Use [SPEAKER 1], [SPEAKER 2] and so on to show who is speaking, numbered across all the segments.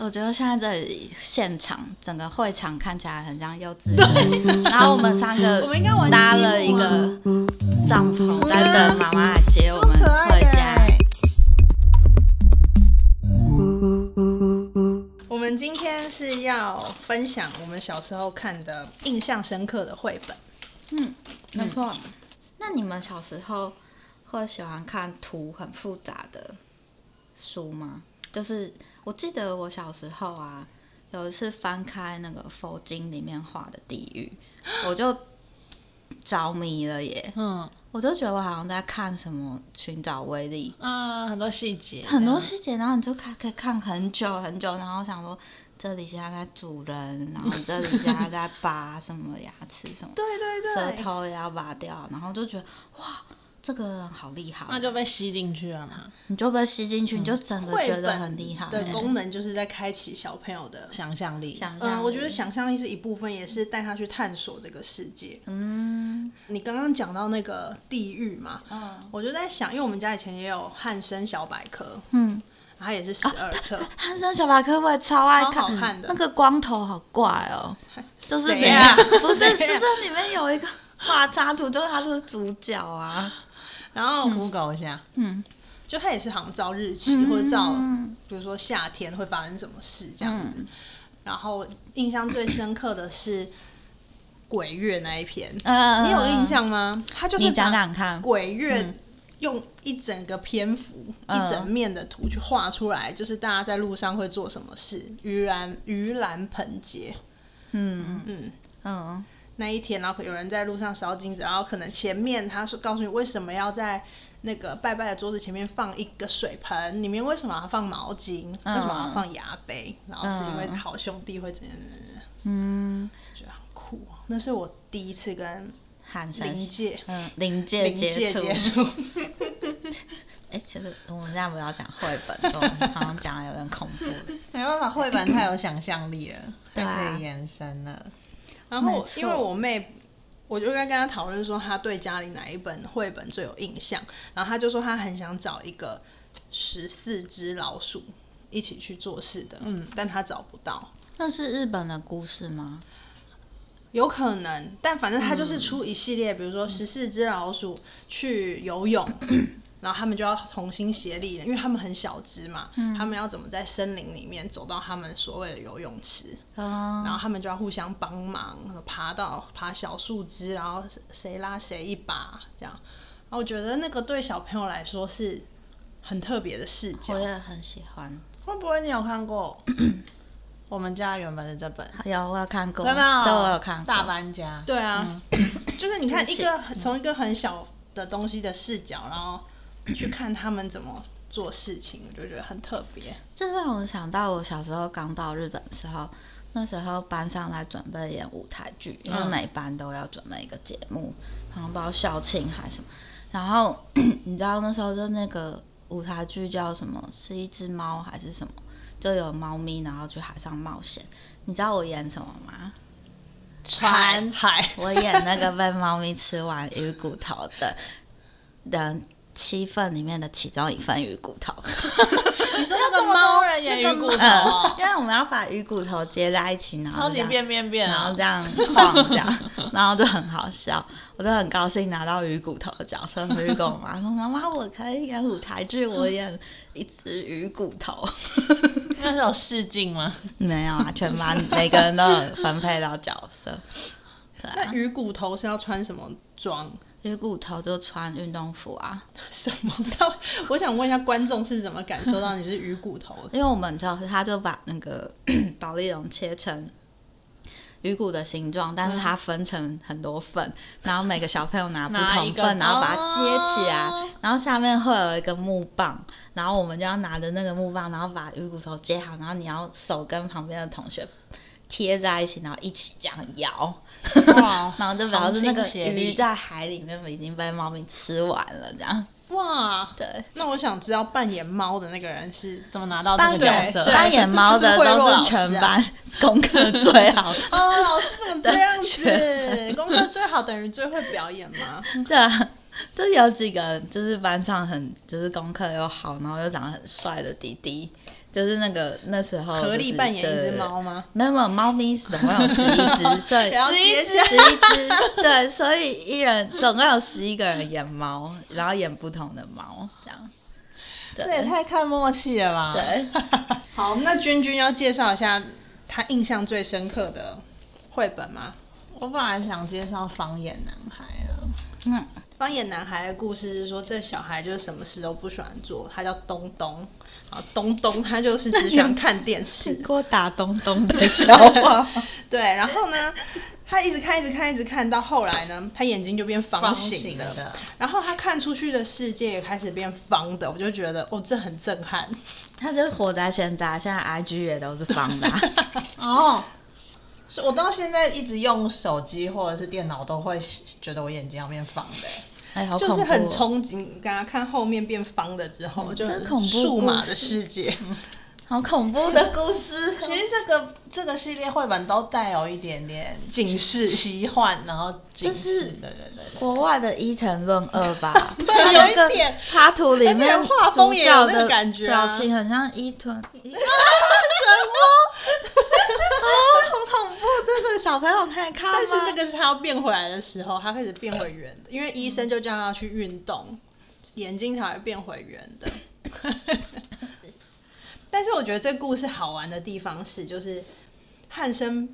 [SPEAKER 1] 我觉得现在这里现场整个会场看起来很像幼稚园，然后我们三个
[SPEAKER 2] 我们应该玩积木啊
[SPEAKER 1] 搭了一个帐篷，在等妈妈来接我们回家。
[SPEAKER 2] 我们今天是要分享我们小时候看的印象深刻的绘本。
[SPEAKER 1] 没错。嗯那你们小时候会喜欢看图很复杂的书吗？就是我记得我小时候啊，有一次翻开那个佛经里面画的地狱，我就着迷了耶。
[SPEAKER 3] 嗯
[SPEAKER 1] 我就觉得我好像在看什么《寻找威力》，
[SPEAKER 3] 啊，很多细节，
[SPEAKER 1] 很
[SPEAKER 2] 啊
[SPEAKER 1] 多细节，然后你就看可以看很久很久，然后想说这里现在在主人，然后这里现在在拔什么牙齿什么，
[SPEAKER 2] 对 对
[SPEAKER 1] 舌头也要拔掉，然后就觉得哇，这个人好厉害，
[SPEAKER 3] 那就被吸进去了嘛，
[SPEAKER 1] 你就被吸进去，你就整个
[SPEAKER 2] 嗯绘
[SPEAKER 1] 觉得
[SPEAKER 2] 本
[SPEAKER 1] 很厉害。欸
[SPEAKER 2] 的功能就是在开启小朋友的。
[SPEAKER 3] 想象力。
[SPEAKER 1] 想象
[SPEAKER 2] 嗯，
[SPEAKER 1] 力
[SPEAKER 2] 我觉得想象力是一部分，也是带他去探索这个世界。嗯，你刚刚讲到那个地狱嘛，嗯，我就在想，因为我们家以前也有汉生小百科，
[SPEAKER 1] 嗯，
[SPEAKER 2] 它也是十
[SPEAKER 1] 啊
[SPEAKER 2] 二册，
[SPEAKER 1] 汉森小百科我也超爱
[SPEAKER 2] 超好
[SPEAKER 1] 看，
[SPEAKER 2] 看的
[SPEAKER 1] 那个光头好怪 哦，就是
[SPEAKER 2] 谁 啊
[SPEAKER 1] 不是，就
[SPEAKER 2] 谁啊
[SPEAKER 1] 是里面有一个画插图，就是他就是主角啊，
[SPEAKER 2] 然后
[SPEAKER 3] 搞一下，
[SPEAKER 1] 嗯
[SPEAKER 2] 就它也是好像照日期、或者照，比如说夏天会发生什么事
[SPEAKER 1] 嗯
[SPEAKER 2] 这样子。然后印象最深刻的是鬼月那一篇，
[SPEAKER 1] 嗯
[SPEAKER 2] 你有印？象吗？它就是
[SPEAKER 1] 你讲
[SPEAKER 2] 把
[SPEAKER 1] 讲看，
[SPEAKER 2] 鬼月用一整个篇幅、
[SPEAKER 1] 嗯
[SPEAKER 2] 一整面的图去画出来，就是大家在路上会做什么事。盂兰盂兰盆节，
[SPEAKER 1] 嗯
[SPEAKER 2] 嗯，
[SPEAKER 1] 嗯
[SPEAKER 2] 那一天，然后有人在路上烧金纸，然后可能前面他说告诉你为什么要在那个拜拜的桌子前面放一个水盆，里面为什么要放毛巾，
[SPEAKER 1] 嗯
[SPEAKER 2] 为什么要放牙杯，然后是因为
[SPEAKER 1] 嗯
[SPEAKER 2] 好兄弟会怎样怎样怎样，
[SPEAKER 1] 嗯，
[SPEAKER 2] 觉得好酷哦、那是我第一次跟
[SPEAKER 1] 汉森
[SPEAKER 2] 灵界
[SPEAKER 1] 嗯，临界
[SPEAKER 2] 灵
[SPEAKER 1] 接
[SPEAKER 2] 界
[SPEAKER 1] 触，
[SPEAKER 2] 接触，
[SPEAKER 1] 哎、其实我们这样不要讲绘本，我们好像讲的有点恐怖。
[SPEAKER 3] 没办法，绘本太有想象力了，
[SPEAKER 1] 对啊
[SPEAKER 3] 太可以延伸了。
[SPEAKER 2] 然后
[SPEAKER 1] 没
[SPEAKER 2] 我
[SPEAKER 1] 错
[SPEAKER 2] 因为我妹，我就在跟她讨论说她对家里哪一本绘本最有印象，然后她就说她很想找一个十四只老鼠一起去做事的，嗯，但她找不到。
[SPEAKER 1] 那是日本的故事吗？
[SPEAKER 2] 有可能，但反正他
[SPEAKER 1] 嗯
[SPEAKER 2] 就是出一系列，比如说十四只老鼠去游泳，然后他们就要同心协力，因为他们很小只嘛，
[SPEAKER 1] 嗯
[SPEAKER 2] 他们要怎么在森林里面走到他们所谓的游泳池，
[SPEAKER 1] 嗯，
[SPEAKER 2] 然后他们就要互相帮忙，爬到爬小树枝，然后谁拉谁一把这样。然后我觉得那个对小朋友来说是很特别的视角
[SPEAKER 1] 我，也很喜欢。
[SPEAKER 3] 会不会你有看过？我们家原本是这本，
[SPEAKER 1] 有，我有看过，
[SPEAKER 3] 真的
[SPEAKER 1] 这
[SPEAKER 3] 哦
[SPEAKER 1] 我有看过。
[SPEAKER 3] 大搬家，
[SPEAKER 2] 对啊，就是你看
[SPEAKER 1] 对
[SPEAKER 2] 一
[SPEAKER 1] 不起
[SPEAKER 2] 个从一个很小的东西的视角，然后去看他们怎么做事情，我就觉得很特别。
[SPEAKER 1] 这让我想到我小时候刚到日本的时候，那时候班上来准备演舞台剧，因为
[SPEAKER 3] 嗯
[SPEAKER 1] 每班都要准备一个节目，好像不知道校庆还是什么。然后 你知道那时候就那个舞台剧叫什么？是一只猫还是什么？就有猫咪，然后去海上冒险。你知道我演什么吗？
[SPEAKER 3] 船
[SPEAKER 2] 海，
[SPEAKER 1] 我演那个 被猫咪吃完鱼骨头的的七份里面的其中一份鱼骨头。
[SPEAKER 2] 你说
[SPEAKER 3] 那
[SPEAKER 2] 那个
[SPEAKER 3] 个猫
[SPEAKER 2] 猫
[SPEAKER 3] 人演鱼骨头
[SPEAKER 1] 嗯
[SPEAKER 3] 哦，
[SPEAKER 1] 因为我们要把鱼骨头接在一起，然后
[SPEAKER 3] 超
[SPEAKER 1] 这
[SPEAKER 3] 级
[SPEAKER 1] 样，
[SPEAKER 3] 变变变
[SPEAKER 1] 然
[SPEAKER 3] 啊
[SPEAKER 1] 后！这样晃，这样，然后就很好笑。我就很高兴拿到鱼骨头的角色，回去跟我妈说：“妈妈，我可以演舞台剧，我演一只鱼骨头。
[SPEAKER 3] 那是有试镜吗？”
[SPEAKER 1] 没有啊，全班每个人都有分配到角色。对啊
[SPEAKER 2] 那，鱼骨头是要穿什么装？
[SPEAKER 1] 鱼骨头就穿运动服啊，
[SPEAKER 2] 什么 到？我想问一下观众是怎么感受到你是鱼骨头的？
[SPEAKER 1] 因为我们就是他就把那个 保利龙切成鱼骨的形状，但是它分成很多份，然后每个小朋友拿不
[SPEAKER 3] 拿一
[SPEAKER 1] 同
[SPEAKER 3] 个
[SPEAKER 1] 份，然后把它接起来，
[SPEAKER 3] 哦
[SPEAKER 1] 然后下面会有一个木棒，然后我们就要拿着那个木棒，然后把鱼骨头接好，然后你要手跟旁边的同学。贴在一起，然后一起这样摇，
[SPEAKER 3] 哇
[SPEAKER 1] 然后就表示那个
[SPEAKER 3] 同心协力
[SPEAKER 1] 鱼在海里面已经被猫咪吃完了，这样
[SPEAKER 2] 哇！
[SPEAKER 1] 对。
[SPEAKER 2] 那我想知道扮演猫的那个人是
[SPEAKER 3] 怎么拿到
[SPEAKER 1] 扮
[SPEAKER 3] 这个角
[SPEAKER 1] 演
[SPEAKER 3] 色？
[SPEAKER 2] 对
[SPEAKER 1] 扮演猫的
[SPEAKER 2] 就是
[SPEAKER 1] 都
[SPEAKER 2] 惠若
[SPEAKER 1] 是
[SPEAKER 2] 老师啊
[SPEAKER 1] 全班 功课最好 的
[SPEAKER 2] 哦，老师怎么这样
[SPEAKER 1] 学
[SPEAKER 2] 子？功课最好等于最会表演吗？
[SPEAKER 1] 对啊，就有几个就是班上很就是功课又好，然后又长得很帅的弟弟，就是那个那时候
[SPEAKER 2] 合力
[SPEAKER 1] 就是
[SPEAKER 2] 扮演一只
[SPEAKER 1] 对
[SPEAKER 2] 猫吗？
[SPEAKER 1] 没有没有，猫咪总共有十一 只，所以
[SPEAKER 2] 然
[SPEAKER 1] 11
[SPEAKER 2] 后结
[SPEAKER 1] 只十一只，对，所以一人总共有十一个人演猫，然后演不同的猫，这样
[SPEAKER 3] 这也太看默契了吧？
[SPEAKER 1] 对。
[SPEAKER 2] 好，那君君要介绍一下他印象最深刻的绘本吗？
[SPEAKER 3] 我本来想介绍 方眼男孩啊，
[SPEAKER 1] 嗯
[SPEAKER 2] 方眼男孩的故事是说，这小孩就是什么事都不喜欢做，他叫东东，然后东东他就是只 喜欢看电视，
[SPEAKER 1] 给我打东东的笑 话吗，
[SPEAKER 2] 对，然后呢，他一直看，一直看，一直看到后来呢，他眼睛就变方形了，
[SPEAKER 3] 的，
[SPEAKER 2] 然后他看出去的世界也开始变方的，我就觉得哦，这很震 撼。
[SPEAKER 1] 他就是活在现在，现在 IG 也都是方的啊、
[SPEAKER 3] 哦。是我到现在一直用手机或者是电脑，都会觉得我眼睛要变方的欸、
[SPEAKER 1] 哎，好恐怖
[SPEAKER 2] 就是
[SPEAKER 1] 哦，
[SPEAKER 2] 很憧憬，刚刚看后面变方的之后，
[SPEAKER 1] 真
[SPEAKER 2] 就
[SPEAKER 1] 嗯
[SPEAKER 2] 很
[SPEAKER 1] 恐怖
[SPEAKER 2] 数码
[SPEAKER 1] 故事
[SPEAKER 2] 的
[SPEAKER 1] 嗯
[SPEAKER 2] 世界。
[SPEAKER 1] 好恐怖的故事。
[SPEAKER 3] 其实这个这个系列绘本都带有一点点
[SPEAKER 2] 警示
[SPEAKER 3] 奇幻，然后警示，
[SPEAKER 1] 就是
[SPEAKER 3] 对对对对。
[SPEAKER 1] 国外的伊藤润二 吧，对
[SPEAKER 2] 有
[SPEAKER 1] 那
[SPEAKER 2] 一
[SPEAKER 1] 个
[SPEAKER 2] 点
[SPEAKER 1] 插图里
[SPEAKER 2] 而且
[SPEAKER 1] 面
[SPEAKER 2] 画风
[SPEAKER 1] 主
[SPEAKER 2] 也有
[SPEAKER 1] 角
[SPEAKER 2] 那个
[SPEAKER 1] 的
[SPEAKER 2] 感觉啊
[SPEAKER 1] 表情很像伊藤。 伊啊， 好恐怖！这个小朋友可以看吗
[SPEAKER 2] 但是这个是他要变回来的时候，他开始变回圆的，因为医生就叫他去运动，眼睛才会变回圆的。 但是我觉得这故事好玩的地方是，就是汉生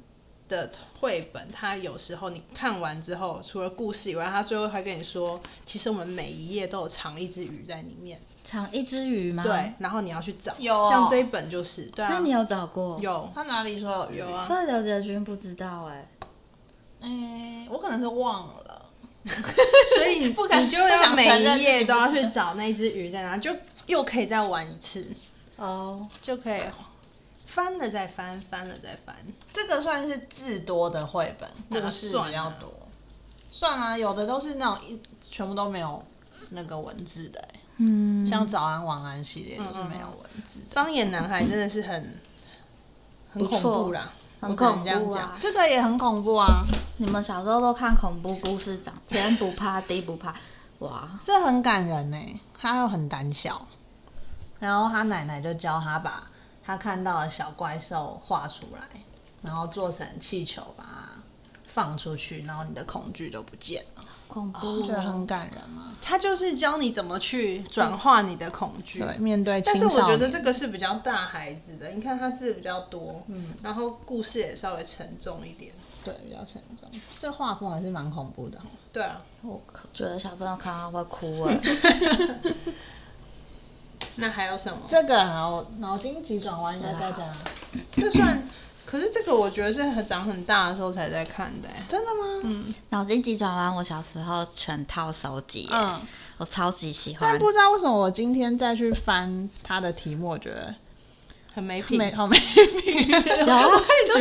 [SPEAKER 2] 的绘本，他有时候你看完之后，除了故事以外，他最后还跟你说，其实我们每一页都有藏一只鱼在里面，
[SPEAKER 1] 长一只鱼吗？
[SPEAKER 2] 对，，然后你要去找，
[SPEAKER 3] 有哦
[SPEAKER 2] 像这一本就是，对啊，
[SPEAKER 1] 那你有找过？
[SPEAKER 2] 有
[SPEAKER 3] 他哪里说有
[SPEAKER 2] 有啊？
[SPEAKER 1] 所以刘杰君不知道哎、
[SPEAKER 3] 哎、我可能是忘了。
[SPEAKER 2] 所以你
[SPEAKER 3] 不敢
[SPEAKER 2] 你就
[SPEAKER 3] 不
[SPEAKER 2] 要
[SPEAKER 3] 想
[SPEAKER 2] 每
[SPEAKER 3] 承认
[SPEAKER 2] 一页
[SPEAKER 3] 自己
[SPEAKER 2] 都
[SPEAKER 3] 不
[SPEAKER 2] 要
[SPEAKER 3] 知
[SPEAKER 2] 去找那只鱼在哪，就又可以再玩一次，
[SPEAKER 1] 哦，
[SPEAKER 2] 就可以翻了再翻，翻了再翻。
[SPEAKER 3] 这个算是字多的绘本，
[SPEAKER 2] 哪
[SPEAKER 3] 故事
[SPEAKER 2] 算
[SPEAKER 3] 比较
[SPEAKER 2] 啊
[SPEAKER 3] 多。算啊，有的都是那种一全部都没有那个文字的、欸，
[SPEAKER 1] 嗯，
[SPEAKER 3] 像早安晚安系列就是没有文字的。
[SPEAKER 2] 方眼男孩真的是很很
[SPEAKER 1] 不
[SPEAKER 2] 恐
[SPEAKER 1] 错
[SPEAKER 2] 怖啦，
[SPEAKER 1] 很
[SPEAKER 2] 我只能
[SPEAKER 1] 恐
[SPEAKER 2] 这样
[SPEAKER 1] 怖
[SPEAKER 2] 讲
[SPEAKER 1] 啊。！
[SPEAKER 3] 嗯这个也很恐怖啊，
[SPEAKER 1] 你们小时候都看恐怖故事长，天不怕地不怕，哇，
[SPEAKER 3] 这很感人呢、他又很胆小，然后他奶奶就教他把他看到的小怪兽画出来，然后做成气球把它放出去，然后你的恐惧就不见了，
[SPEAKER 1] 恐怖哦
[SPEAKER 3] 觉得很感人啊吗？
[SPEAKER 2] 他就是教你怎么去转化你的恐惧。
[SPEAKER 3] 对，面对青
[SPEAKER 2] 但是
[SPEAKER 3] 少
[SPEAKER 2] 我
[SPEAKER 3] 年，
[SPEAKER 2] 觉得这个是比较大孩子的，你看他字比较多，嗯，然后故事也稍微沉重一点。
[SPEAKER 3] 对比较沉重，这画风还是蛮恐怖的。
[SPEAKER 2] 对啊，
[SPEAKER 1] 我可觉得小朋友看到会哭哎、
[SPEAKER 2] 那还有什么？
[SPEAKER 3] 这个脑脑筋急转弯应该在家，
[SPEAKER 2] 这算，可是这个我觉得是很长很大的时候才在看的、欸。
[SPEAKER 3] 真的吗？嗯
[SPEAKER 1] 脑筋急转弯，我小时候全套收集、
[SPEAKER 3] 嗯，
[SPEAKER 1] 我超级喜欢
[SPEAKER 3] 但。不知道为什么我今天再去翻他的题目，我觉得
[SPEAKER 2] 很没品。
[SPEAKER 3] 没好没
[SPEAKER 1] 有啊，
[SPEAKER 2] 觉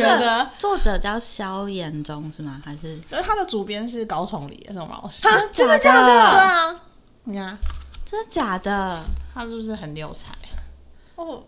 [SPEAKER 1] 作
[SPEAKER 2] 得
[SPEAKER 1] 者作者叫萧炎中是吗？还是
[SPEAKER 3] 可是他的主编是高崇礼，是我们老师。
[SPEAKER 1] 真的
[SPEAKER 3] 假
[SPEAKER 1] 假的
[SPEAKER 3] 对啊，你看
[SPEAKER 1] 真的假的？
[SPEAKER 3] 他是不是很有才？
[SPEAKER 2] 哦，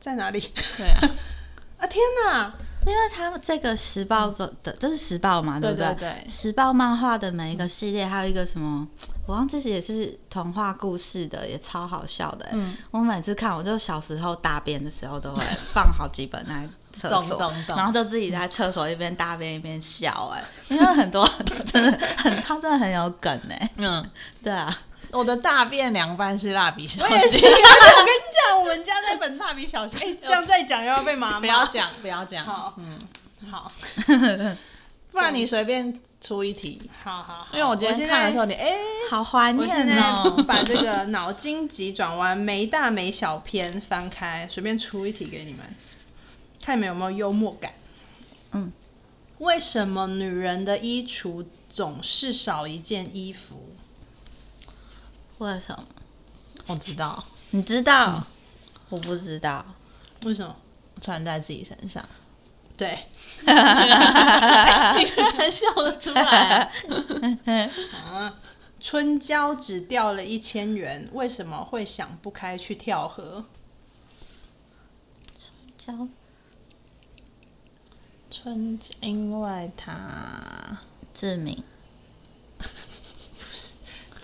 [SPEAKER 2] 在哪里？
[SPEAKER 3] 对啊，
[SPEAKER 2] 啊天哪！
[SPEAKER 1] 因为他们这个时报做的，这是时报嘛，不
[SPEAKER 3] 对
[SPEAKER 1] 对？
[SPEAKER 3] 对对
[SPEAKER 1] 时报漫画的每一个系列，还有一个什么，我忘记也是童话故事的，也超好笑的、欸
[SPEAKER 3] 嗯
[SPEAKER 1] 我每次看，我就小时候大便的时候都会放好几本在厕所，
[SPEAKER 3] 懂懂懂
[SPEAKER 1] 然后就自己在厕所一边大便一边笑、哎，因为很多真的很，他真的很有梗哎、
[SPEAKER 3] 嗯，
[SPEAKER 1] 对啊，
[SPEAKER 3] 我的大便凉拌是蜡笔小
[SPEAKER 2] 我跟你
[SPEAKER 3] 新，
[SPEAKER 2] 哎啊讲，我们家那本蜡笔小新， 哎、这样再讲又要被妈妈。
[SPEAKER 3] 不要讲，不要讲，
[SPEAKER 2] 好
[SPEAKER 3] 嗯，
[SPEAKER 2] 好，
[SPEAKER 3] 不然你随便出一题，
[SPEAKER 2] 好好好，
[SPEAKER 3] 因为我今
[SPEAKER 2] 现
[SPEAKER 3] 天看
[SPEAKER 2] 在
[SPEAKER 3] 的时候，你哎，
[SPEAKER 1] 好怀
[SPEAKER 2] 我现
[SPEAKER 1] 念
[SPEAKER 2] 在
[SPEAKER 1] 哦、
[SPEAKER 2] 把这个脑筋急转弯没大没小篇翻开，随便出一题给你们，看你们有没有幽默感。
[SPEAKER 1] 嗯，
[SPEAKER 2] 为什么女人的衣橱总是少一件衣服？
[SPEAKER 1] 为什么？
[SPEAKER 3] 我知道，
[SPEAKER 1] 你知道？我不知道。
[SPEAKER 2] 为什么？
[SPEAKER 3] 穿在自己身上，
[SPEAKER 2] 对，
[SPEAKER 3] 你居然笑得出来，
[SPEAKER 2] 啊，春娇只掉了一千元，为什么会想不开去跳河？
[SPEAKER 1] 教
[SPEAKER 3] 春，因为他
[SPEAKER 1] 志明，
[SPEAKER 2] 这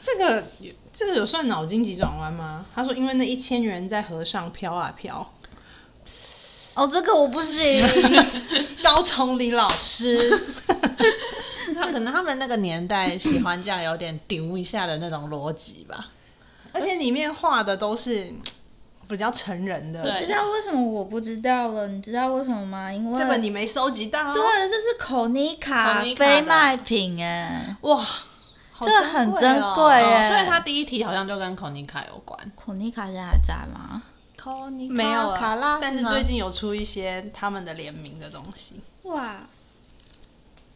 [SPEAKER 2] 这个这个有算脑筋急转弯吗？他说因为那一千元在河上飘啊飘，
[SPEAKER 1] 哦，这个我不行，
[SPEAKER 2] 高崇礼老师
[SPEAKER 3] 他可能他们那个年代喜欢这样有点顶一下的那种逻辑吧。
[SPEAKER 2] 而且里面画的都是比较成人的，
[SPEAKER 1] 知
[SPEAKER 4] 对
[SPEAKER 1] 道为什么我不知道了？你知道为什么吗？因为
[SPEAKER 2] 这本你没收集到、哦，
[SPEAKER 1] 对，这是口尼卡
[SPEAKER 4] Konica 的
[SPEAKER 1] 非卖品哎，
[SPEAKER 2] 哇，
[SPEAKER 1] 这个很珍贵
[SPEAKER 2] 耶。
[SPEAKER 1] 哎。
[SPEAKER 4] 哦所以他第一题好像就跟孔尼卡有关。
[SPEAKER 1] 口尼卡现在还在吗？
[SPEAKER 2] 没有啊
[SPEAKER 3] 卡拉，
[SPEAKER 2] 但是
[SPEAKER 3] 吗
[SPEAKER 2] 最近有出一些他们的联名的东西。
[SPEAKER 1] 哇，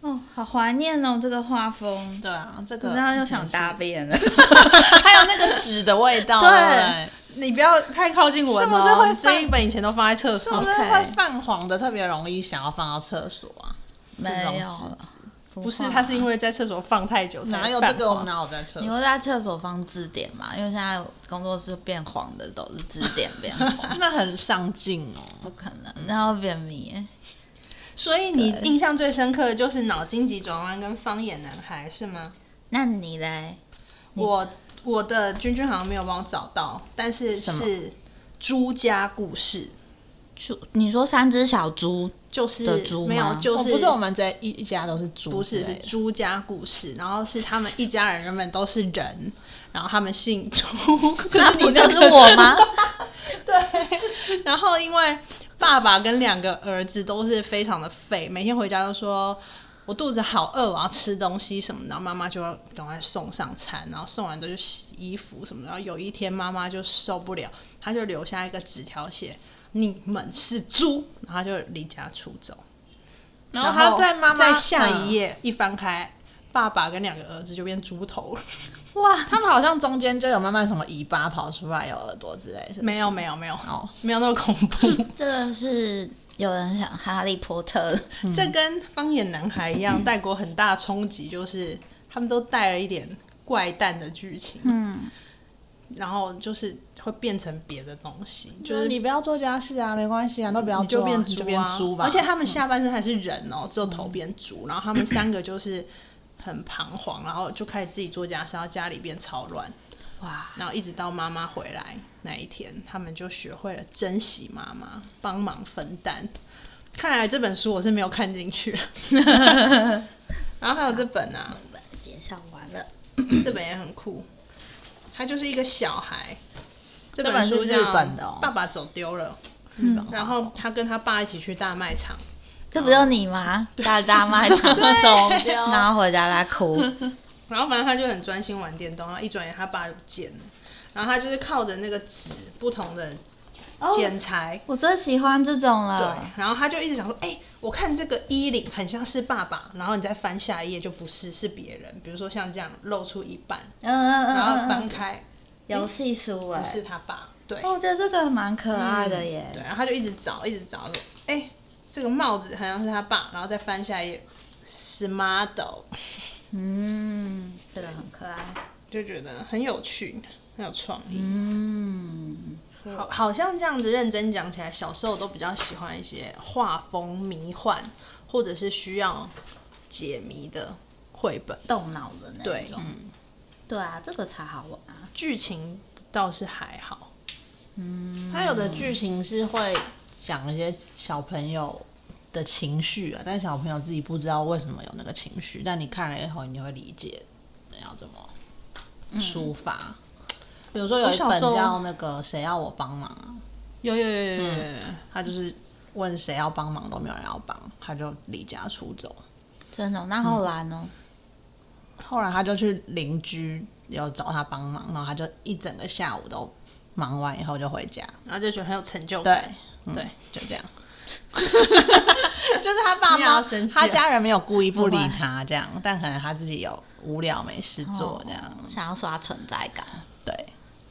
[SPEAKER 1] 哦，好怀念哦，这个画风。
[SPEAKER 4] 对啊，这
[SPEAKER 1] 我
[SPEAKER 4] 个
[SPEAKER 1] 知道又想大便了，
[SPEAKER 4] 还有那个 纸的味道，
[SPEAKER 1] 对
[SPEAKER 4] 对
[SPEAKER 2] 你不要太靠近我、哦，
[SPEAKER 4] 是不是会放
[SPEAKER 2] 这一本以前都放在厕
[SPEAKER 4] 不
[SPEAKER 2] 所
[SPEAKER 4] 对，是？不
[SPEAKER 1] OK
[SPEAKER 4] 是会泛黄的特别容易想要放到厕所啊？这种
[SPEAKER 1] 没有
[SPEAKER 4] 纸
[SPEAKER 1] 了，
[SPEAKER 4] 质
[SPEAKER 1] 不
[SPEAKER 2] 不是，
[SPEAKER 1] 画
[SPEAKER 2] 他是因为在厕所放哦太久才
[SPEAKER 4] 哪有这个？
[SPEAKER 2] 泛
[SPEAKER 4] 我
[SPEAKER 2] 黄
[SPEAKER 4] 们哪有在厕
[SPEAKER 1] 你
[SPEAKER 4] 所？
[SPEAKER 1] 会在厕所放字典吗？因为现在工作室变黄的都是字典变黄，
[SPEAKER 4] 那很上镜哦。
[SPEAKER 1] 不可能，然后变迷耶。
[SPEAKER 2] 所以你印象最深刻的就是脑筋急转弯跟方眼男孩是吗？
[SPEAKER 1] 那你嘞？
[SPEAKER 2] 我我的君君好像没有帮我找到，但是
[SPEAKER 4] 什么
[SPEAKER 2] 是朱家故事，
[SPEAKER 1] 猪？你说三只小猪？
[SPEAKER 2] 就是
[SPEAKER 1] 的猪吗
[SPEAKER 2] 没有，就
[SPEAKER 3] 哦
[SPEAKER 2] 是
[SPEAKER 3] 不是我们这一一家都是猪，
[SPEAKER 2] 不是是朱家故事，然后是他们一家人原本都是人，然后他们姓 朱，
[SPEAKER 1] 那不就是我吗？
[SPEAKER 2] 然后因为爸爸跟两个儿子都是非常的废，每天回家都说。我肚子好饿，我要吃东西什么的，然后妈妈就要赶快送上餐，然后送完之后就洗衣服什么的。然后有一天妈妈就受不了，她就留下一个纸条写：“你们是猪。”然后她就离家出走。
[SPEAKER 4] 然后
[SPEAKER 3] 哦
[SPEAKER 4] 他在妈妈
[SPEAKER 2] 在下一
[SPEAKER 4] 页，
[SPEAKER 2] 页、一翻开，爸爸跟两个儿子就变猪头了。
[SPEAKER 1] 哇，
[SPEAKER 3] 他们好像中间就有慢慢什么尾巴跑出来，有耳朵之类，是不是
[SPEAKER 2] 没有没有没有
[SPEAKER 3] 哦，
[SPEAKER 2] 没有那么恐怖。
[SPEAKER 1] 这个是有人想哈利波特，
[SPEAKER 2] 这跟方眼男孩一样，带给我很大的冲击，就是他们都带了一点怪诞的剧情，
[SPEAKER 1] 嗯，
[SPEAKER 2] 然后就是会变成别的东西，就
[SPEAKER 3] 就是是你不要做家事啊，没关系啊，都不要
[SPEAKER 2] 你就
[SPEAKER 3] 做啊、
[SPEAKER 2] 变
[SPEAKER 3] 你
[SPEAKER 2] 猪、
[SPEAKER 3] 就
[SPEAKER 2] 啊、
[SPEAKER 3] 变猪吧。
[SPEAKER 2] 而且他们下半身还是人哦，只有头变猪。然后他们三个就是很彷徨，然后就开始自己做家事，然后家里变超乱。
[SPEAKER 1] 哇，
[SPEAKER 2] 然后一直到妈妈回来那一天，他们就学会了珍惜妈妈，帮忙分担。看来这本书我是没有看进去。然后还有这本 啊，
[SPEAKER 1] 介绍完了。
[SPEAKER 2] 这本也很酷，它就是一个小孩。这
[SPEAKER 3] 本
[SPEAKER 2] 本
[SPEAKER 3] 是
[SPEAKER 2] 书
[SPEAKER 3] 日
[SPEAKER 2] 叫《
[SPEAKER 3] 本的哦
[SPEAKER 2] 爸爸走丢了》
[SPEAKER 3] 嗯
[SPEAKER 2] 然后他跟他爸一起去大卖场，
[SPEAKER 1] 这不就你吗？大大卖场 走掉，然后回家在哭。
[SPEAKER 2] 然后反正他就很专心玩电动，然后一转眼他爸就不见了。然后他就是靠着那个纸不同的剪裁，
[SPEAKER 1] 哦我最喜欢这种
[SPEAKER 2] 对
[SPEAKER 1] 了，，
[SPEAKER 2] 然后他就一直想说，哎、我看这个衣领很像是爸爸，然后你再翻下一页就不是，是别人，比如说像这样露出一半，
[SPEAKER 1] 嗯嗯嗯
[SPEAKER 2] 然后
[SPEAKER 1] 嗯
[SPEAKER 2] 翻
[SPEAKER 1] 嗯，
[SPEAKER 2] 开、
[SPEAKER 1] 游戏书哎
[SPEAKER 2] 不，是他爸，对，
[SPEAKER 1] 哦我觉得这个蛮可爱的耶。
[SPEAKER 2] 对，然后他就一直找，一直找，说，哎、这个帽子好像是他爸，然后再翻下一页是 model，
[SPEAKER 1] 嗯，这个很可爱。
[SPEAKER 2] 就觉得很有趣，很有创意，嗯，好，好像这样子认真讲起来，小时候都比较喜欢一些画风迷幻，或者是需要解谜的绘本。
[SPEAKER 1] 动脑的那
[SPEAKER 2] 对
[SPEAKER 1] 种。对啊，这个才好玩啊！
[SPEAKER 2] 剧情倒是还好，
[SPEAKER 3] 他有的剧情是会讲一些小朋友的情绪啊，但小朋友自己不知道为什么有那个情绪，但你看了以后，你就会理解要怎么抒发。比如说有
[SPEAKER 2] 我
[SPEAKER 3] 一
[SPEAKER 2] 小
[SPEAKER 3] 本
[SPEAKER 2] 时候
[SPEAKER 3] 叫那个谁要我帮忙啊，
[SPEAKER 2] 有有有有有有，
[SPEAKER 3] 嗯他就是问谁要帮忙都没有人要帮，他就离家出走。
[SPEAKER 1] 真的哦，那后来呢？
[SPEAKER 3] 后来他就去邻居有找他帮忙，然后他就一整个下午都忙完以后就回家。
[SPEAKER 2] 然后就觉得很有成就
[SPEAKER 3] 对
[SPEAKER 2] 感。，
[SPEAKER 3] 对
[SPEAKER 2] 对，
[SPEAKER 3] 就这样。 就是他爸
[SPEAKER 2] 你也要
[SPEAKER 3] 妈
[SPEAKER 2] 生，气啊
[SPEAKER 3] 他家人没有故意不理他这样，但可能他自己有无聊没事做这样。
[SPEAKER 1] 哦想要刷存在感，
[SPEAKER 3] 对，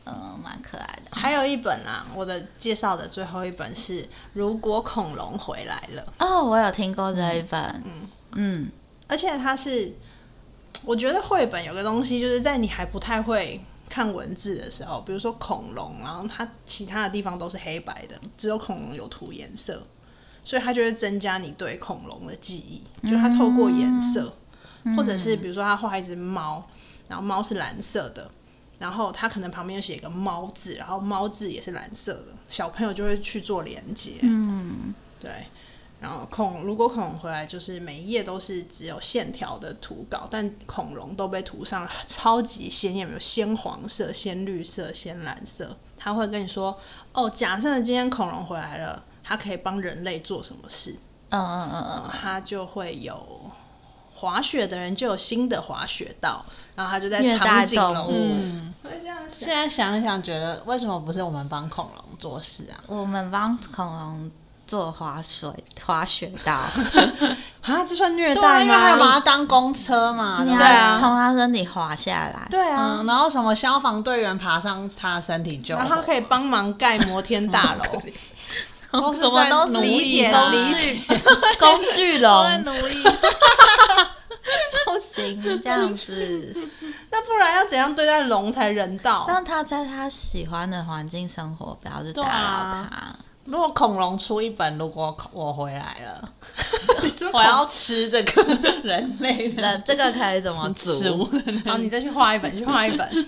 [SPEAKER 1] 嗯，蛮可爱的。
[SPEAKER 2] 还有一本啊，我的介绍的最后一本是《如果恐龙回来了》，
[SPEAKER 1] 哦，我有听过这一本，嗯嗯，
[SPEAKER 2] 而且它是，我觉得绘本有个东西，就是在你还不太会看文字的时候，比如说恐龙，然后它其他的地方都是黑白的，只有恐龙有涂颜色，所以它就会增加你对恐龙的记忆，就是它透过颜色，或者是比如说它画一只猫，然后猫是蓝色的，然后它可能旁边有写一个猫字，然后猫字也是蓝色的，小朋友就会去做连接，嗯，对。然后恐如果恐龙回来，就是每一页都是只有线条的图稿，但恐龙都被涂上了超级鲜艳，有鲜黄色、鲜绿色、鲜蓝色。他会跟你说：“哦，假设今天恐龙回来了，它可以帮人类做什么事？”
[SPEAKER 1] 嗯嗯嗯嗯，
[SPEAKER 2] 它就会有滑雪的人就有新的滑雪道，然后他就在
[SPEAKER 1] 虐
[SPEAKER 2] 长
[SPEAKER 1] 待
[SPEAKER 2] 颈
[SPEAKER 1] 动
[SPEAKER 2] 龙，
[SPEAKER 1] 物，
[SPEAKER 2] 会这样想
[SPEAKER 4] 现在想一想，觉得为什么不是我们帮恐龙做事啊？
[SPEAKER 1] 我们帮恐龙做滑水滑雪道，
[SPEAKER 2] 啊，这算虐
[SPEAKER 4] 对啊，
[SPEAKER 2] 待
[SPEAKER 4] 因为还
[SPEAKER 2] 吗？
[SPEAKER 4] 要把它当公车嘛。
[SPEAKER 1] 你要
[SPEAKER 4] 对
[SPEAKER 2] 啊
[SPEAKER 1] 从它身体滑下来，
[SPEAKER 2] 对啊，
[SPEAKER 4] 嗯，然后什么消防队员爬上他的身体救火，
[SPEAKER 2] 然后他可以帮忙盖摩天大 楼。
[SPEAKER 4] 都是
[SPEAKER 1] 什么
[SPEAKER 4] 在
[SPEAKER 1] 都是
[SPEAKER 4] 奴
[SPEAKER 1] 一
[SPEAKER 4] 役
[SPEAKER 1] 点
[SPEAKER 4] 他
[SPEAKER 1] 工具工具龙，
[SPEAKER 4] 奴役。
[SPEAKER 1] 不行这样子，
[SPEAKER 2] 那不然要怎样对待龙才人道？
[SPEAKER 1] 让它在它喜欢的环境生活，不要去打扰它。
[SPEAKER 4] 如果恐龙出一本，如果我回来了，我要吃这个人类
[SPEAKER 1] 那
[SPEAKER 4] 的
[SPEAKER 1] 这个可以怎么
[SPEAKER 4] 食
[SPEAKER 1] 煮？
[SPEAKER 4] 物。
[SPEAKER 2] 好，你再去画一本，你去画一本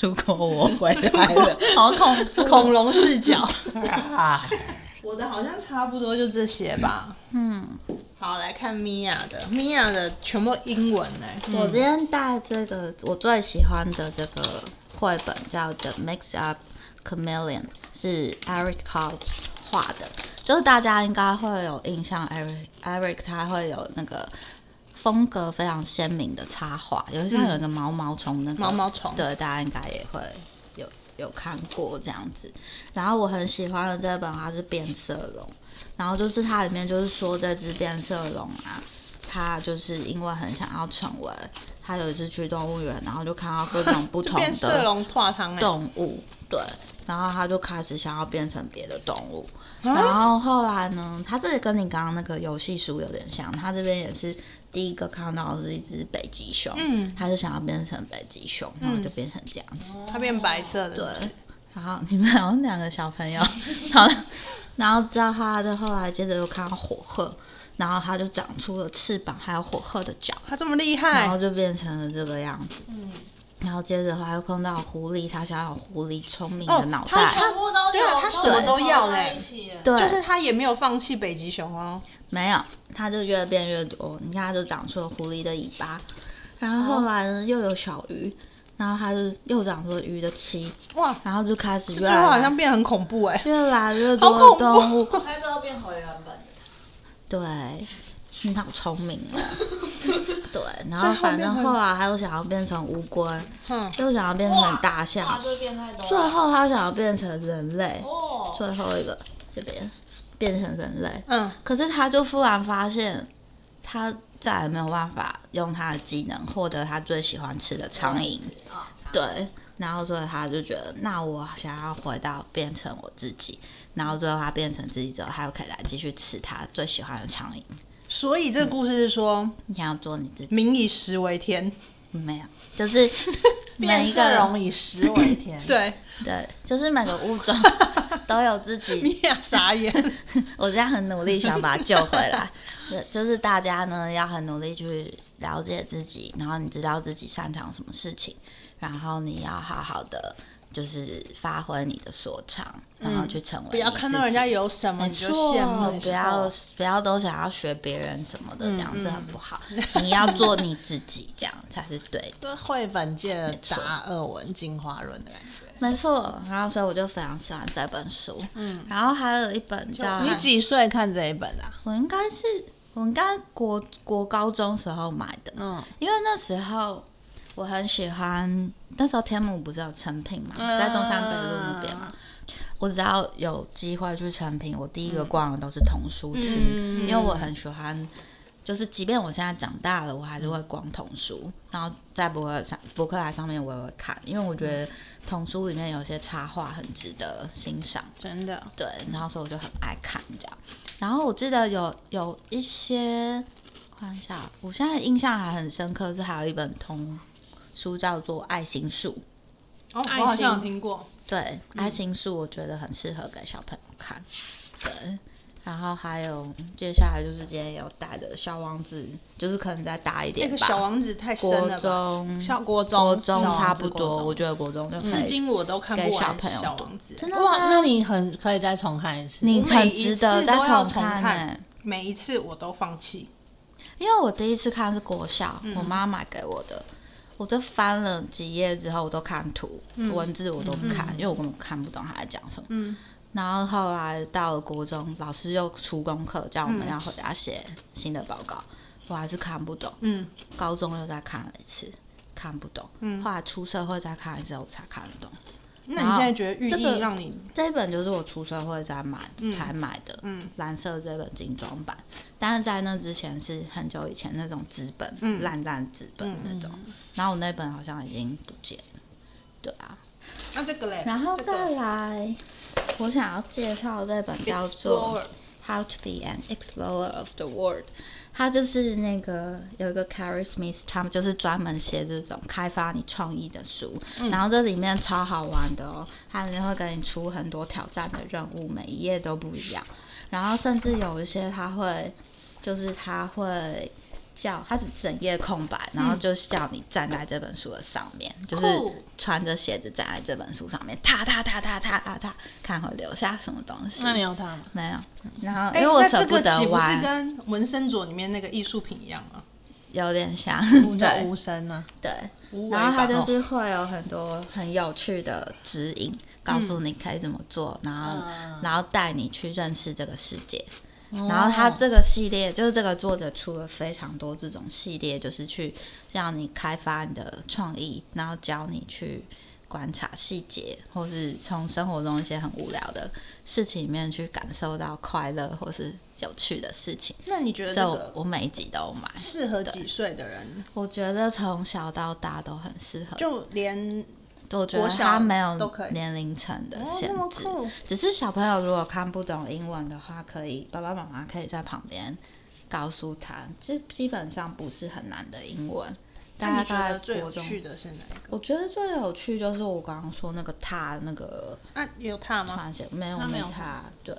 [SPEAKER 1] 如果我回来了，好 恐怖。
[SPEAKER 4] 恐龙视角，
[SPEAKER 2] 我的，好像差不多就这些吧。
[SPEAKER 1] 嗯，
[SPEAKER 2] 好，来看米娅的，米娅的全部英文呢、
[SPEAKER 1] 我今天带这个我最喜欢的这个绘本叫《The Mix Up Chameleon》，是 Eric Cobbs 画的，就是大家应该会有印象，Eric Eric 他会有那个风格非常鲜明的插画，有像有一个毛毛虫那个
[SPEAKER 2] 嗯毛毛虫
[SPEAKER 1] 对，大家应该也会有有看过这样子。然后我很喜欢的这本它是变色龙，然后就是它里面就是说这只变色龙啊，它就是因为很想要成为，它有一次去动物园，然后就看到各种不同
[SPEAKER 2] 变色
[SPEAKER 1] 的
[SPEAKER 2] 龙拓汤哎，
[SPEAKER 1] 动物，对。然后它就开始想要变成别的动物，
[SPEAKER 2] 啊
[SPEAKER 1] 然后后来呢，它这里跟你刚刚那个游戏书有点像，它这边也是第一个看到的是一只北极熊，
[SPEAKER 2] 嗯
[SPEAKER 1] 它是想要变成北极熊，然后就变成这样子，
[SPEAKER 2] 它变白色的，
[SPEAKER 1] 对，然后你们好像两个小朋友，然后 然后到他的后来，接着又看到火鹤，然后它就长出了翅膀，还有火鹤的脚，
[SPEAKER 2] 它这么厉
[SPEAKER 1] 然后
[SPEAKER 2] 害，
[SPEAKER 1] 就变成了这个样子。
[SPEAKER 2] 嗯
[SPEAKER 1] 然后接着还又碰到狐狸，它想要有狐狸聪明的
[SPEAKER 2] 哦
[SPEAKER 1] 脑
[SPEAKER 2] 它
[SPEAKER 1] 袋，
[SPEAKER 2] 它
[SPEAKER 3] 全部都
[SPEAKER 2] 对啊
[SPEAKER 3] 有
[SPEAKER 2] 他什么都要欸嘞
[SPEAKER 3] 对
[SPEAKER 1] 对，
[SPEAKER 2] 就是它也没有放弃北极熊哦，
[SPEAKER 1] 没有，它就越变越多。你看，它就长出了狐狸的尾巴，然后
[SPEAKER 2] 哦
[SPEAKER 1] 后来呢又有小鱼，然后它就又长出了鱼的鳍，
[SPEAKER 2] 哇，
[SPEAKER 1] 然后就开始
[SPEAKER 2] 这
[SPEAKER 1] 越
[SPEAKER 2] 最后好
[SPEAKER 1] 来
[SPEAKER 2] 像变得很恐怖哎、
[SPEAKER 1] 越来越
[SPEAKER 2] 好
[SPEAKER 1] 多的
[SPEAKER 2] 恐怖
[SPEAKER 1] 动物，
[SPEAKER 3] 它最后变回原本的。
[SPEAKER 1] 对，你好聪明 哦。对，然
[SPEAKER 2] 所
[SPEAKER 1] 后
[SPEAKER 2] 以后
[SPEAKER 1] 反
[SPEAKER 2] 面
[SPEAKER 1] 正
[SPEAKER 2] 会
[SPEAKER 1] 后来他又想要变成乌龟，
[SPEAKER 2] 哼
[SPEAKER 1] 又想要变成大
[SPEAKER 3] 哇，
[SPEAKER 1] 象，
[SPEAKER 3] 这变太多
[SPEAKER 1] 最
[SPEAKER 2] 啊
[SPEAKER 3] 了。
[SPEAKER 1] 后他想要变成人类，
[SPEAKER 3] 哦，
[SPEAKER 1] 最后一个这边变成人类。
[SPEAKER 2] 嗯，
[SPEAKER 1] 可是他就忽然发现，他再也没有办法用他的技能获得他最喜欢吃的苍蝇。
[SPEAKER 4] 哦
[SPEAKER 3] 啊
[SPEAKER 1] 对，然后所以他就觉得，那我想要回到变成我自己。然后最后他变成自己之后，他又可以来继续吃他最喜欢的苍蝇。
[SPEAKER 2] 所以这个故事是说，
[SPEAKER 1] 你要做你 自己，
[SPEAKER 2] 民以食为天，
[SPEAKER 1] 没有，就是每
[SPEAKER 4] 变
[SPEAKER 1] 一
[SPEAKER 4] 色
[SPEAKER 1] 个
[SPEAKER 4] 龙以食为 天。
[SPEAKER 2] 对，
[SPEAKER 1] 对，就是每个 物种都有自己。
[SPEAKER 2] 米娅傻 眼，
[SPEAKER 1] 我这样很努力想把它救回来， 对就是大家呢要很努力去了解自己，然后你知道自己擅长什么事情，然后你要好好的就是发挥你的所长，然后去成为、
[SPEAKER 2] 嗯不要看到人家。有什么
[SPEAKER 1] 没
[SPEAKER 2] 你就
[SPEAKER 1] 错
[SPEAKER 2] 羡慕，，
[SPEAKER 1] 不要不要都想要学别人什么的，这样是很不好。
[SPEAKER 2] 嗯
[SPEAKER 1] 你要做你自己，这样才是对的。
[SPEAKER 4] 就是绘本界的
[SPEAKER 1] 错
[SPEAKER 4] 达尔文进化论的感觉。
[SPEAKER 1] 没错，然后所以我就非常喜欢这本书。嗯，然后还有一本叫
[SPEAKER 4] 你几岁看这一本啊？
[SPEAKER 1] 我应该是我应该国国高中时候买的，
[SPEAKER 4] 嗯，
[SPEAKER 1] 因为那时候我很喜欢，那时候天母不是有成品嘛，
[SPEAKER 2] 嗯
[SPEAKER 1] 在中山北路那边嘛。我只要有机会去成品，我第一个逛的都是童书区，因为我很喜欢。就是，即便我现在长大了，我还是会逛童书，然后在博客上博客来上面我也会看，因为我觉得童书里面有些插画很值得欣赏。
[SPEAKER 2] 真的，
[SPEAKER 1] 对，然后所以我就很爱看这样。然后我记得有有一些，我看一下，我现在印象还很深刻，是还有一本童书叫做《爱心树》。
[SPEAKER 2] 哦，我好像有听过，
[SPEAKER 1] 对，《爱心树》我觉得很适合给小朋友看。对，然后还有接下来就是今天有带的小王子，就是可能再大一
[SPEAKER 2] 那
[SPEAKER 1] 点吧。
[SPEAKER 2] 个小王子太深
[SPEAKER 1] 国
[SPEAKER 2] 了吧？
[SPEAKER 1] 中、
[SPEAKER 2] 小国中，
[SPEAKER 1] 国
[SPEAKER 2] 小
[SPEAKER 1] 中
[SPEAKER 2] 王子
[SPEAKER 1] 差不
[SPEAKER 2] 国
[SPEAKER 1] 多，
[SPEAKER 2] 中
[SPEAKER 1] 我觉得国中就可以。
[SPEAKER 2] 至今我都看不
[SPEAKER 1] 给小
[SPEAKER 2] 完
[SPEAKER 1] 朋友
[SPEAKER 2] 小
[SPEAKER 1] 读
[SPEAKER 2] 王子。
[SPEAKER 1] 真的
[SPEAKER 4] 哇，
[SPEAKER 1] 吗
[SPEAKER 4] 那你很可以再重看一次。
[SPEAKER 1] 你
[SPEAKER 2] 我每
[SPEAKER 1] 很
[SPEAKER 2] 一
[SPEAKER 1] 值
[SPEAKER 2] 次
[SPEAKER 1] 得
[SPEAKER 2] 都
[SPEAKER 1] 再
[SPEAKER 2] 要重
[SPEAKER 1] 看欸呢、
[SPEAKER 2] 看每一次我都放弃，
[SPEAKER 1] 因为我第一次看是国校，我妈买给我的，我就翻了几页之后，我都看图、文字我都不看，因为我根本看不懂他在讲什么。然后后来到了国中，老师又出功课，叫我们要回家写新的报告，我还是看不懂。
[SPEAKER 2] 嗯，
[SPEAKER 1] 高中又再看了一次，看不懂。嗯，后来出社会再看一次，我才看得懂。
[SPEAKER 2] 那你现在觉得寓
[SPEAKER 1] 这
[SPEAKER 2] 意
[SPEAKER 1] 个
[SPEAKER 2] 让你
[SPEAKER 1] 这一本就是我出社会才买、
[SPEAKER 2] 嗯
[SPEAKER 1] 才买的，蓝色这本精装版。但是在那之前是很久以前那种纸本，
[SPEAKER 2] 嗯
[SPEAKER 1] 烂烂纸本那种。然后我那本好像已经不见了，对啊。
[SPEAKER 2] 那这个嘞？
[SPEAKER 1] 然后
[SPEAKER 2] 这个
[SPEAKER 1] 再来，我想要介绍这本叫做
[SPEAKER 2] Explorer，
[SPEAKER 1] 《How to Be an Explorer of the World》，它就是那个有一个 Carrie Smith，他们就是专门写这种开发你创意的书。
[SPEAKER 4] 嗯
[SPEAKER 1] 然后这里面超好玩的哦，它里面会给你出很多挑战的任务，每一页都不一样。然后甚至有一些它会，就是它会。叫它是整页空白，然
[SPEAKER 4] 嗯
[SPEAKER 1] 后就是叫你站在这本书的上面，就是
[SPEAKER 2] 酷
[SPEAKER 1] 穿着鞋子站在这本书上面，踏踏踏踏踏踏踏，看会留下什么东西。
[SPEAKER 4] 那你有它吗？
[SPEAKER 1] 没有？然后
[SPEAKER 2] 哎
[SPEAKER 1] 因为我
[SPEAKER 2] 那
[SPEAKER 1] 舍
[SPEAKER 2] 这个
[SPEAKER 1] 得
[SPEAKER 2] 岂不是
[SPEAKER 1] 玩，
[SPEAKER 2] 跟《纹身佐》里面那个艺术品一样吗？
[SPEAKER 1] 有点像。
[SPEAKER 4] 我叫
[SPEAKER 1] 对
[SPEAKER 4] 无声啊。
[SPEAKER 1] 对，
[SPEAKER 2] 无为
[SPEAKER 1] 然后它
[SPEAKER 2] 吧
[SPEAKER 1] 就
[SPEAKER 2] 哦
[SPEAKER 1] 是会有很多很有趣的指引，告诉
[SPEAKER 2] 嗯
[SPEAKER 1] 你可以怎么做，然后然后带你去认识这个世界。
[SPEAKER 2] 哦
[SPEAKER 1] 然后它这个系列就是这个作者出了非常多这种系列，就是去让你开发你的创意，然后教你去观察细节，或是从生活中一些很无聊的事情里面去感受到快乐或是有趣的事情。
[SPEAKER 2] 那你觉得这
[SPEAKER 1] 所以
[SPEAKER 2] 个
[SPEAKER 1] 我我每一集都买。
[SPEAKER 2] 适合几岁的人？
[SPEAKER 1] 我觉得从小到大都很适合，
[SPEAKER 2] 就连
[SPEAKER 1] 我觉得
[SPEAKER 2] 国小
[SPEAKER 1] 它没有
[SPEAKER 2] 都可以
[SPEAKER 1] 年龄层的
[SPEAKER 2] 哦
[SPEAKER 1] 限
[SPEAKER 2] 那么
[SPEAKER 1] 制，
[SPEAKER 2] 酷，
[SPEAKER 1] 只是小朋友如果看不懂英文的话，可以爸爸妈妈可以在旁边告诉他，这基本上不是很难的英文。
[SPEAKER 2] 那
[SPEAKER 1] 大
[SPEAKER 2] 你觉
[SPEAKER 1] 家在
[SPEAKER 2] 得最有
[SPEAKER 1] 国中，
[SPEAKER 2] 趣的是哪一个？
[SPEAKER 1] 我觉得最有趣就是我刚刚说那个踏那个
[SPEAKER 2] 啊，有他吗？
[SPEAKER 1] 穿鞋，没有
[SPEAKER 2] 它没有
[SPEAKER 1] 踏，对，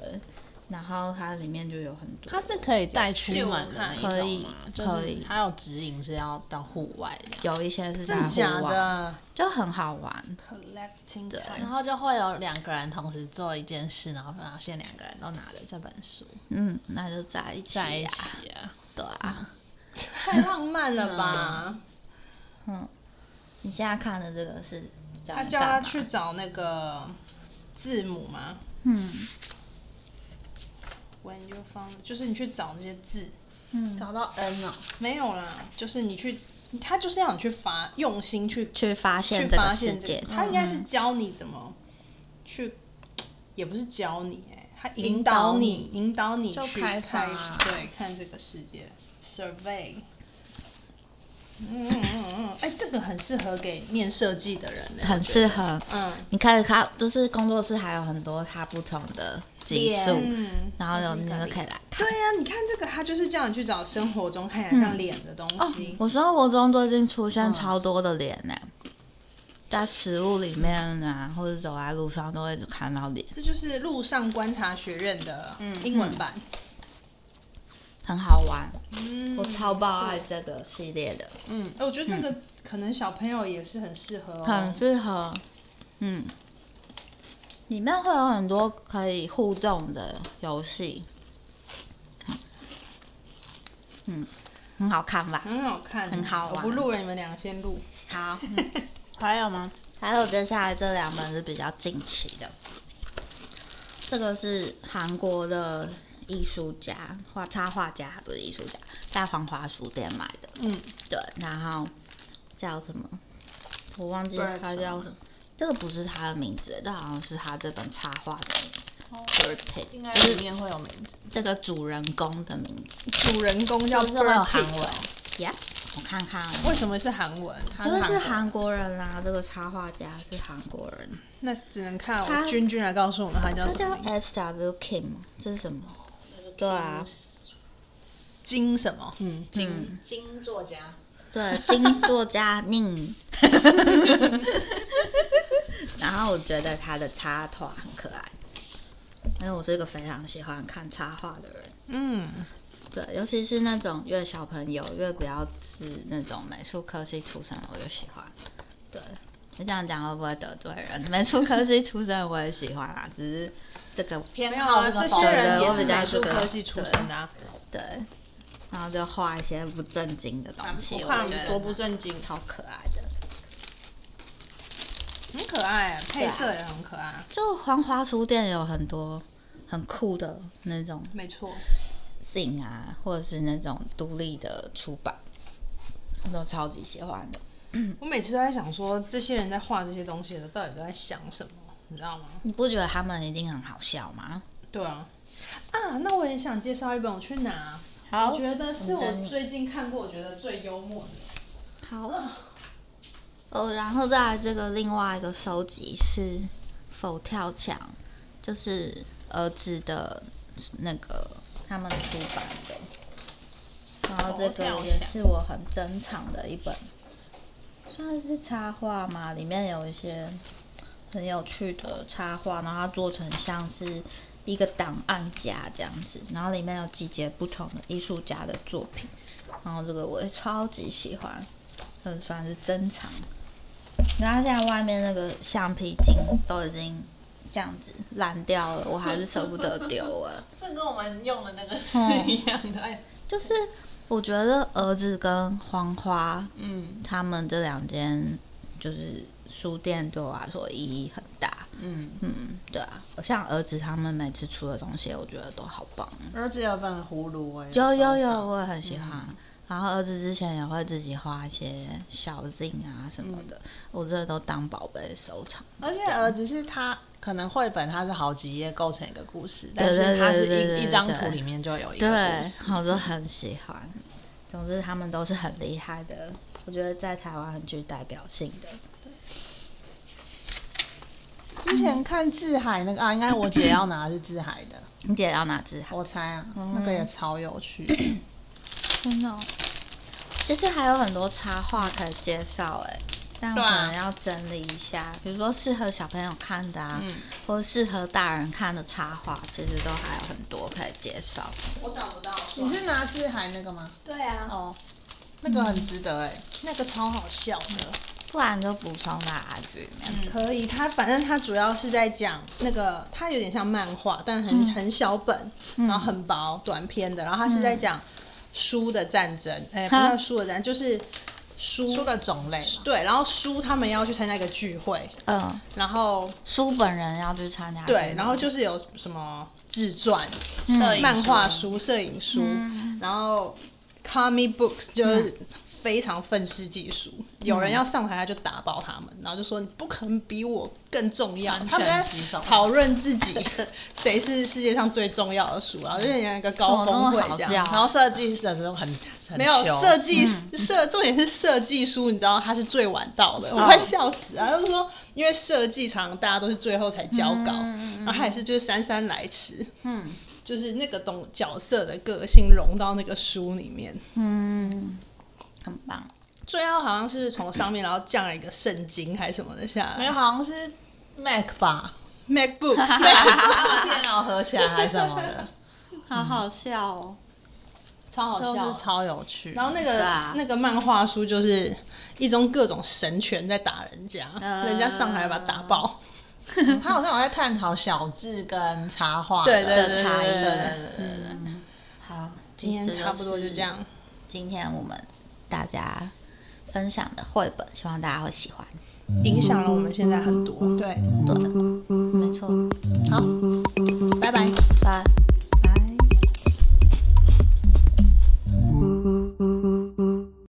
[SPEAKER 1] 然后它里面就有很多，
[SPEAKER 4] 它是可以带出门的
[SPEAKER 2] 啊
[SPEAKER 4] 那一
[SPEAKER 1] 可
[SPEAKER 4] 种
[SPEAKER 1] 以
[SPEAKER 4] 吗？
[SPEAKER 1] 可
[SPEAKER 4] 就是
[SPEAKER 1] 以
[SPEAKER 4] 它有指引是要到户外这样，
[SPEAKER 1] 有一些是在
[SPEAKER 2] 真的假
[SPEAKER 1] 户外，
[SPEAKER 4] 嗯
[SPEAKER 2] 的
[SPEAKER 1] 就很好玩。
[SPEAKER 2] ？Collecting
[SPEAKER 1] 对
[SPEAKER 2] time
[SPEAKER 4] 然后就会有两个人同时做一件事，然后发现两个人都拿着这本书
[SPEAKER 1] 嗯，那就在一起、啊，
[SPEAKER 4] 在一起啊。
[SPEAKER 1] 对啊。
[SPEAKER 2] 太浪漫了 吧！
[SPEAKER 1] 你现在看的这个是叫
[SPEAKER 2] 他
[SPEAKER 1] 你
[SPEAKER 2] 叫
[SPEAKER 1] 干
[SPEAKER 2] 他
[SPEAKER 1] 嘛
[SPEAKER 2] 去找那个字母吗
[SPEAKER 1] 嗯
[SPEAKER 2] ？When you found，就是你去找那些字，
[SPEAKER 1] 嗯，
[SPEAKER 4] 找到 N 哦了，
[SPEAKER 2] 没有啦，就是你去，他就是要你去发，用心去
[SPEAKER 1] 去发
[SPEAKER 2] 去
[SPEAKER 1] 现这
[SPEAKER 2] 发
[SPEAKER 1] 个世
[SPEAKER 2] 现
[SPEAKER 1] 界
[SPEAKER 2] 这个，，他应该是教你怎么去，也不是教你、哎，他引导你，引导你
[SPEAKER 4] 就
[SPEAKER 2] 去
[SPEAKER 4] 开
[SPEAKER 2] 开
[SPEAKER 4] 发
[SPEAKER 2] 对，看这个世界，survey。嗯嗯嗯嗯，哎、这个很适合给念设计的人、哎
[SPEAKER 1] 很适合。
[SPEAKER 2] 嗯
[SPEAKER 1] 你可以看，就是工作室还有很多它不同的级数，
[SPEAKER 2] 嗯。
[SPEAKER 1] 然后有你们可以来看
[SPEAKER 2] 对。呀、你看这个，他就是叫你去找生活中看起来
[SPEAKER 4] 嗯
[SPEAKER 2] 像脸的东
[SPEAKER 4] 哦
[SPEAKER 2] 西。
[SPEAKER 1] 哦我生活中最近出现超多的脸呢、在食物里面啊，或者走在路上都会看到脸，
[SPEAKER 2] 这就是路上观察学院的
[SPEAKER 4] 嗯
[SPEAKER 2] 英文版，
[SPEAKER 1] 很好玩。
[SPEAKER 2] 嗯
[SPEAKER 1] 我超爆爱这个系列的，
[SPEAKER 4] 嗯
[SPEAKER 2] 哎我觉得这个可能小朋友也是很适合哦。
[SPEAKER 1] 很适合。嗯，里面会有很多可以互动的游戏。嗯，很好看吧？
[SPEAKER 2] 很好看，
[SPEAKER 1] 很好
[SPEAKER 2] 我
[SPEAKER 1] 玩
[SPEAKER 2] 不录了，你们两个先录。
[SPEAKER 1] 好，
[SPEAKER 4] 嗯还有吗？
[SPEAKER 1] 嗯还有接下来这两本是比较近期的，这个是韩国的艺术家画插画家，还不是艺术家，在黄华书店买的。
[SPEAKER 2] 嗯，
[SPEAKER 1] 对，然后叫什么？我忘记
[SPEAKER 4] Birds
[SPEAKER 1] 他叫
[SPEAKER 4] 吗
[SPEAKER 1] 什么。这个不是他的名字，这好像是他这本插画的名字。Bird Pig，
[SPEAKER 4] 应该里面会有名字，
[SPEAKER 1] 这个主人公的名字。
[SPEAKER 2] 主人公叫
[SPEAKER 4] 是不是会
[SPEAKER 2] Bird
[SPEAKER 4] 有韩
[SPEAKER 2] Pig，
[SPEAKER 4] 文？
[SPEAKER 1] 呀、我看看哦，
[SPEAKER 2] 为什么是韩文？
[SPEAKER 1] 因为是
[SPEAKER 4] 韩
[SPEAKER 1] 韩国人啦、这个插画家是韩国人。
[SPEAKER 2] 那只能看
[SPEAKER 1] 他
[SPEAKER 2] 我君君来告诉我们他叫
[SPEAKER 1] 他
[SPEAKER 2] 什
[SPEAKER 1] 叫
[SPEAKER 2] 么名字。
[SPEAKER 1] S W Kim，这是什么？对啊，
[SPEAKER 2] 金什么？
[SPEAKER 4] 嗯，金金作家，
[SPEAKER 1] 对，金作 家宁。然后我觉得他的插画很可爱，因为我是一个非常喜欢看插画的人。
[SPEAKER 2] 嗯，
[SPEAKER 1] 对，尤其是那种越小朋友越不要是那种美术科系出身，我越喜欢。对，你这样讲会不会得罪人？美术科系出身我也喜欢啊，只是这个
[SPEAKER 4] 偏
[SPEAKER 3] 好
[SPEAKER 2] 啊
[SPEAKER 4] 好这个
[SPEAKER 3] 这个风
[SPEAKER 4] 些
[SPEAKER 3] 格
[SPEAKER 4] 人也
[SPEAKER 1] 我
[SPEAKER 4] 是
[SPEAKER 1] 比较
[SPEAKER 4] 美术
[SPEAKER 1] 这个
[SPEAKER 4] 科系出身的啊，
[SPEAKER 1] 对，然后就画一些不正经的东西，
[SPEAKER 4] 我
[SPEAKER 1] 我
[SPEAKER 4] 看
[SPEAKER 1] 觉
[SPEAKER 4] 多
[SPEAKER 1] 得
[SPEAKER 4] 不正经。
[SPEAKER 1] 超可爱的，
[SPEAKER 2] 很可爱，配色也很可爱，
[SPEAKER 1] 就黄花书店有很多很酷的那种
[SPEAKER 2] 没错。
[SPEAKER 1] 信啊，或者是那种独立的出版，我都超级喜欢的。
[SPEAKER 2] 我每次都在想说，这些人在画这些东西的时候，到底都在想什么，你知道吗？
[SPEAKER 1] 你不觉得他们一定很好笑吗？
[SPEAKER 2] 对啊，啊，那我也想介绍一本，我去拿。
[SPEAKER 1] 好
[SPEAKER 2] 我觉得是
[SPEAKER 1] 哦等
[SPEAKER 2] 我
[SPEAKER 1] 你
[SPEAKER 2] 最近看过我觉得最幽默的。
[SPEAKER 1] 好，哦，然后再来这个另外一个收集是否跳墙，就是儿子的那个他们出版的，然后这
[SPEAKER 2] 佛跳
[SPEAKER 1] 个
[SPEAKER 2] 墙
[SPEAKER 1] 也是我很珍藏的一本，算是插画嘛，里面有一些很有趣的插画，然后它做成像是。一个档案夹这样子，然后里面有集结不同的艺术家的作品，然后这个我也超级喜欢，很嗯算是珍藏。然后现在外面那个橡皮筋都已经这样子烂掉了，我还是舍不得丢了。
[SPEAKER 3] 这跟我们用的那个是
[SPEAKER 1] 嗯
[SPEAKER 3] 一样 的。哎，
[SPEAKER 1] 就是我觉得儿子跟黄花
[SPEAKER 4] 嗯
[SPEAKER 1] 他们这两间就是书店对我来说意义很大。
[SPEAKER 4] 嗯，
[SPEAKER 1] 嗯，对啊，像儿子他们每次出的东西，我觉得都好棒。
[SPEAKER 4] 儿子有本葫芦哎，
[SPEAKER 1] 有有有，
[SPEAKER 4] 手上
[SPEAKER 1] 我也很喜欢。
[SPEAKER 4] 嗯
[SPEAKER 1] 然后儿子之前也会自己画一些小镜啊什
[SPEAKER 4] 嗯
[SPEAKER 1] 么的，我这都当宝贝收藏。
[SPEAKER 4] 而且
[SPEAKER 2] 呃
[SPEAKER 4] 儿子是他可能绘本它是好几页构成一个故事，
[SPEAKER 1] 对
[SPEAKER 4] 但是它是
[SPEAKER 1] 对对对
[SPEAKER 4] 一一张
[SPEAKER 1] 对
[SPEAKER 4] 图里面就有一
[SPEAKER 1] 对
[SPEAKER 4] 个故事，，
[SPEAKER 1] 我都很喜欢。总之，他们都是很厉害的，我觉得在台湾很具代表性的。
[SPEAKER 4] 之前看志海那个啊，应该我姐要拿的是志海的，
[SPEAKER 1] 你姐要哪只？
[SPEAKER 4] 我猜啊，那个也超有趣。
[SPEAKER 1] 真的哦、其实还有很多插画可以介绍哎、但我
[SPEAKER 4] 对啊
[SPEAKER 1] 可能要整理一下，比如说适合小朋友看的啊，
[SPEAKER 4] 嗯
[SPEAKER 1] 或者适合大人看的插画，其实都还有很多可以介绍。
[SPEAKER 3] 我找不到。
[SPEAKER 4] 你是拿志海那个吗？
[SPEAKER 3] 对啊，
[SPEAKER 4] 哦，那个很值得哎、
[SPEAKER 2] 那个超好笑的，
[SPEAKER 1] 不然就补充在 IG 里面。
[SPEAKER 2] 可以。它反正它主要是在讲那个，它有点像漫画，但很、很小本，然后很薄短篇的。然后它是在讲书的战争，哎、不
[SPEAKER 1] 哈
[SPEAKER 2] 叫书的战争，就是书
[SPEAKER 4] 书的种类嘛，
[SPEAKER 2] 对。然后书他们要去参加一个聚会，
[SPEAKER 1] 嗯、
[SPEAKER 2] 然后
[SPEAKER 1] 书本人要去参加这个。
[SPEAKER 2] 对，然后就是有什么自传、
[SPEAKER 4] 摄影
[SPEAKER 2] 漫画书、摄影书，
[SPEAKER 1] 嗯
[SPEAKER 2] 然后 comic books 就是非常愤世嫉俗，有人要上台他就打爆他们，然后就说你不可能比我更重要。
[SPEAKER 4] 传
[SPEAKER 2] 他们
[SPEAKER 4] 权
[SPEAKER 2] 在
[SPEAKER 4] 击手
[SPEAKER 2] 讨论自己 谁是世界上最重要的书，然后就像一个高峰会
[SPEAKER 1] 怎么那么
[SPEAKER 2] 这
[SPEAKER 1] 好笑
[SPEAKER 2] 样。
[SPEAKER 1] 啊
[SPEAKER 4] 然后设计的时候很很
[SPEAKER 2] 没有
[SPEAKER 4] 糗
[SPEAKER 2] 设计设，重点是设计书，你知道他是最晚到的，我会笑死啊！他就说，因为设计常常大家都是最后才交稿，然后他也是就是姗姗来迟，嗯，就是那个懂角色的个性融到那个书里面。
[SPEAKER 1] 嗯，很棒。
[SPEAKER 2] 最后好像是从上面然后降了一个圣经还是什么的下
[SPEAKER 4] 没
[SPEAKER 2] 来
[SPEAKER 4] 有好像是 Mac 吧，
[SPEAKER 2] ，MacBook
[SPEAKER 4] 啊电脑合起来还是什么 的，
[SPEAKER 1] 好好笑哦！
[SPEAKER 2] 超好
[SPEAKER 4] 就
[SPEAKER 2] 笑
[SPEAKER 4] 是。超有趣。
[SPEAKER 2] 然后那个、
[SPEAKER 1] 对啊
[SPEAKER 2] 那个漫画书就是一种各种神拳在打人家，人家上来把他打爆。
[SPEAKER 4] 嗯他好像有在探讨小字跟插画的
[SPEAKER 2] 对对对
[SPEAKER 1] 的差异
[SPEAKER 2] 对对对对对。
[SPEAKER 1] 好，
[SPEAKER 2] 嗯今天差不多就这。样。
[SPEAKER 1] 今天我们大家分享的绘本，希望大家会喜欢。
[SPEAKER 2] 影响了我们现在很多。
[SPEAKER 4] 对，
[SPEAKER 1] 对，没错。
[SPEAKER 4] 好，拜拜。